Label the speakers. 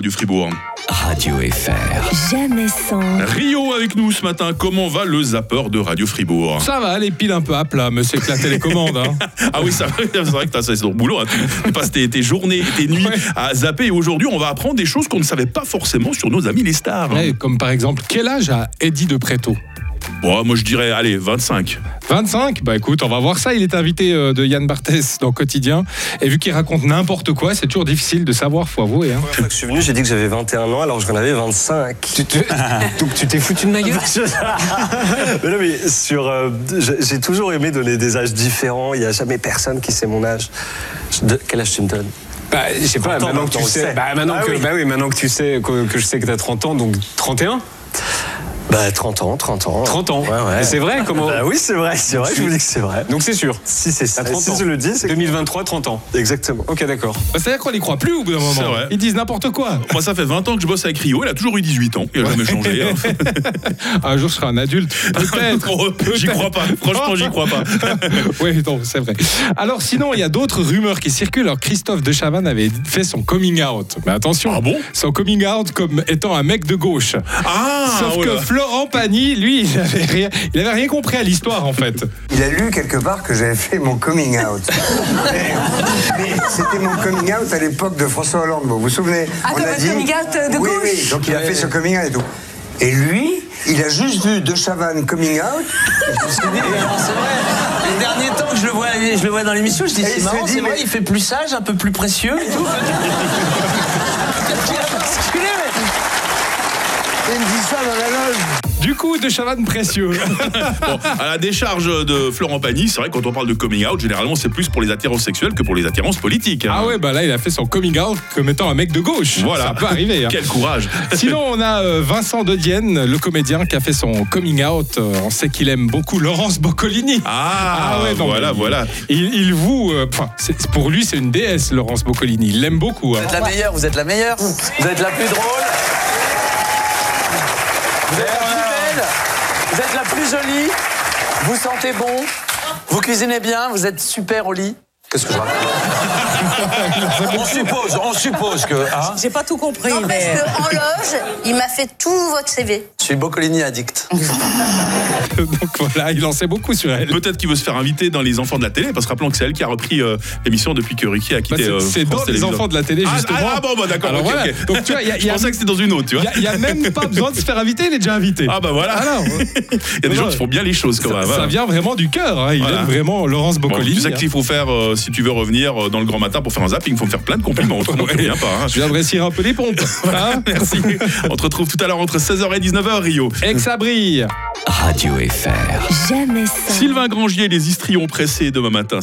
Speaker 1: du Fribourg.
Speaker 2: Radio FR.
Speaker 3: Jamais sans.
Speaker 1: Rio avec nous ce matin, comment va le zapper de Radio Fribourg
Speaker 4: Ça va, les piles un peu à plat, mais c'est que la télécommande. hein.
Speaker 1: Ah oui, ça va, c'est vrai que t'as- c'est ton boulot, hein. tu tu passes tes, tes journées, tes nuits
Speaker 4: Ouais.
Speaker 1: à zapper et aujourd'hui on va apprendre des choses qu'on ne savait pas forcément sur nos amis les stars.
Speaker 4: Ouais, comme par exemple, quel âge a Eddie de Préto
Speaker 1: Bon, moi je dirais, allez, 25.
Speaker 4: 25 Bah écoute, on va voir ça. Il est invité euh, de Yann Barthès dans Quotidien. Et vu qu'il raconte n'importe quoi, c'est toujours difficile de savoir, faut avouer. hein.
Speaker 5: La première fois que je suis venu, j'ai dit que j'avais 21 ans alors que j'en avais 25.
Speaker 6: Donc tu t'es foutu de ma gueule
Speaker 5: mais non, mais sur, euh, j'ai j'ai toujours aimé donner des âges différents. Il n'y a jamais personne qui sait mon âge. Je- de- quel âge tu me donnes
Speaker 6: Bah, je sais pas,
Speaker 5: Attends,
Speaker 6: maintenant que
Speaker 5: maintenant,
Speaker 6: tu
Speaker 5: on le
Speaker 6: sais.
Speaker 5: sait.
Speaker 6: Bah, maintenant
Speaker 5: Ah
Speaker 6: que,
Speaker 5: oui.
Speaker 6: bah oui, maintenant que tu sais que, que je sais que t'as 30 ans, donc 31
Speaker 5: Bah 30 ans, 30 ans.
Speaker 6: 30 ans.
Speaker 5: Ouais, ouais.
Speaker 6: Et c'est vrai comment
Speaker 5: Bah oui, c'est vrai, c'est vrai, je vous dis que c'est vrai.
Speaker 6: Donc c'est sûr.
Speaker 5: Si c'est
Speaker 6: T'as
Speaker 5: ça,
Speaker 6: 30
Speaker 5: si
Speaker 6: ans.
Speaker 5: je le dis, c'est
Speaker 6: 2023, 30 ans.
Speaker 5: exactement.
Speaker 6: Ok, d'accord.
Speaker 4: Bah, C'est-à-dire qu'on n'y croit plus au bout d'un
Speaker 1: C'est
Speaker 4: moment.
Speaker 1: vrai.
Speaker 4: Ils disent n'importe quoi.
Speaker 1: Moi ça fait 20 ans que je bosse avec Rio, il a toujours eu 18 ans, il a jamais changé. hein.
Speaker 4: Un jour, je serai un adulte. Peut-être.
Speaker 1: Bon, j'y crois pas, franchement j'y crois pas.
Speaker 4: oui, non, c'est vrai. Alors sinon, il y a d'autres rumeurs qui circulent. Alors Christophe de Chavannes avait fait son coming out. Mais attention,
Speaker 1: Ah bon
Speaker 4: son coming out comme étant un mec de gauche.
Speaker 1: Ah,
Speaker 4: Sauf
Speaker 1: oh là.
Speaker 4: que Florent Pagny, lui, il avait rien, il avait rien compris à l'histoire en fait.
Speaker 7: Il a lu quelque part que j'avais fait mon coming out. Mais, mais c'était mon coming out à l'époque de François Hollande, vous vous souvenez
Speaker 8: Ah, t'as fait le coming out de
Speaker 7: Oui,
Speaker 8: gauche
Speaker 7: oui, donc il a fait ce coming out et tout. Et lui, il a juste vu De Chavannes coming out. et je me suis dit,
Speaker 9: Les derniers temps que je le vois, je le vois dans l'émission, je dis
Speaker 7: Et
Speaker 9: c'est
Speaker 7: il se
Speaker 9: marrant,
Speaker 7: dit,
Speaker 9: c'est
Speaker 7: mais-
Speaker 9: vrai, il fait plus sage, un peu plus précieux et tout. Il a basculé, mais-
Speaker 7: il me dit ça dans la loge.
Speaker 4: Du coup, de Chavannes précieux.
Speaker 1: Bon, à la décharge de Florent Pagny, c'est vrai que quand on parle de coming out, généralement c'est plus pour les attirances sexuelles que pour les attirances politiques. hein.
Speaker 4: Ah ouais, bah là, il a fait son coming out comme étant un mec de gauche.
Speaker 1: Voilà.
Speaker 4: ça peut arriver. hein.
Speaker 1: Quel courage.
Speaker 4: Sinon, on a euh, Vincent De Dienne, le comédien qui a fait son coming out. Euh, On sait qu'il aime beaucoup Laurence Boccolini.
Speaker 1: Ah,
Speaker 4: non,
Speaker 1: voilà,
Speaker 4: mais il-
Speaker 1: voilà.
Speaker 4: Il, il vous. euh, enfin, c'est- pour lui, c'est une déesse, Laurence Boccolini. Il l'aime beaucoup. hein.
Speaker 9: Vous êtes la meilleure, vous êtes la meilleure, vous êtes la plus drôle. Vous êtes la plus belle, vous êtes la plus jolie, vous sentez bon, vous cuisinez bien, vous êtes super au lit.
Speaker 5: Qu'est-ce que je raconte
Speaker 9: On suppose, on suppose que. hein.
Speaker 8: J'ai pas tout compris,
Speaker 10: Non,
Speaker 8: mais.
Speaker 10: parce qu'en loge, il m'a fait tout votre CV.
Speaker 9: Je suis Boccolini addict.
Speaker 4: Donc voilà, il en sait beaucoup sur elle.
Speaker 1: Peut-être qu'il veut se faire inviter dans Les Enfants de la télé, parce que rappelons que c'est elle qui a repris euh, l'émission depuis que Ricky a
Speaker 4: Bah,
Speaker 1: quitté.
Speaker 4: c'est-
Speaker 1: euh,
Speaker 4: c'est
Speaker 1: France
Speaker 4: dans les
Speaker 1: Télévisions.
Speaker 4: enfants de la télé,
Speaker 1: Ah,
Speaker 4: justement.
Speaker 1: Ah, ah, bon, bah, d'accord.
Speaker 4: Alors
Speaker 1: ok,
Speaker 4: voilà.
Speaker 1: ok.
Speaker 4: Donc tu vois, il y a- il
Speaker 1: Je
Speaker 4: y a-
Speaker 1: pensais que c'était dans une autre, tu vois.
Speaker 4: Il n'y a, même pas besoin de se faire inviter, il est déjà invité.
Speaker 1: Ah, bah voilà.
Speaker 4: Alors,
Speaker 1: Il y a des
Speaker 4: non,
Speaker 1: gens qui font bien les choses quand
Speaker 4: ça,
Speaker 1: même.
Speaker 4: ça
Speaker 1: hein.
Speaker 4: vient vraiment du cœur. hein. Il
Speaker 1: Voilà.
Speaker 4: aime vraiment Laurence
Speaker 1: Bon,
Speaker 4: Boccolini.
Speaker 1: tu sais qu'il faut faire, euh, si tu veux revenir euh, dans le grand matin pour faire un zapping, il faut me faire plein de compliments. Autrement, tu reviens pas. hein.
Speaker 4: Je vais adresser un peu les pompes. hein.
Speaker 1: Merci. On te retrouve tout à l'heure entre 16h et 19h, Rio.
Speaker 4: Et que ça brille.
Speaker 2: Radio FR.
Speaker 3: Jamais sans.
Speaker 1: Sylvain Grangier, les histrions pressés demain matin.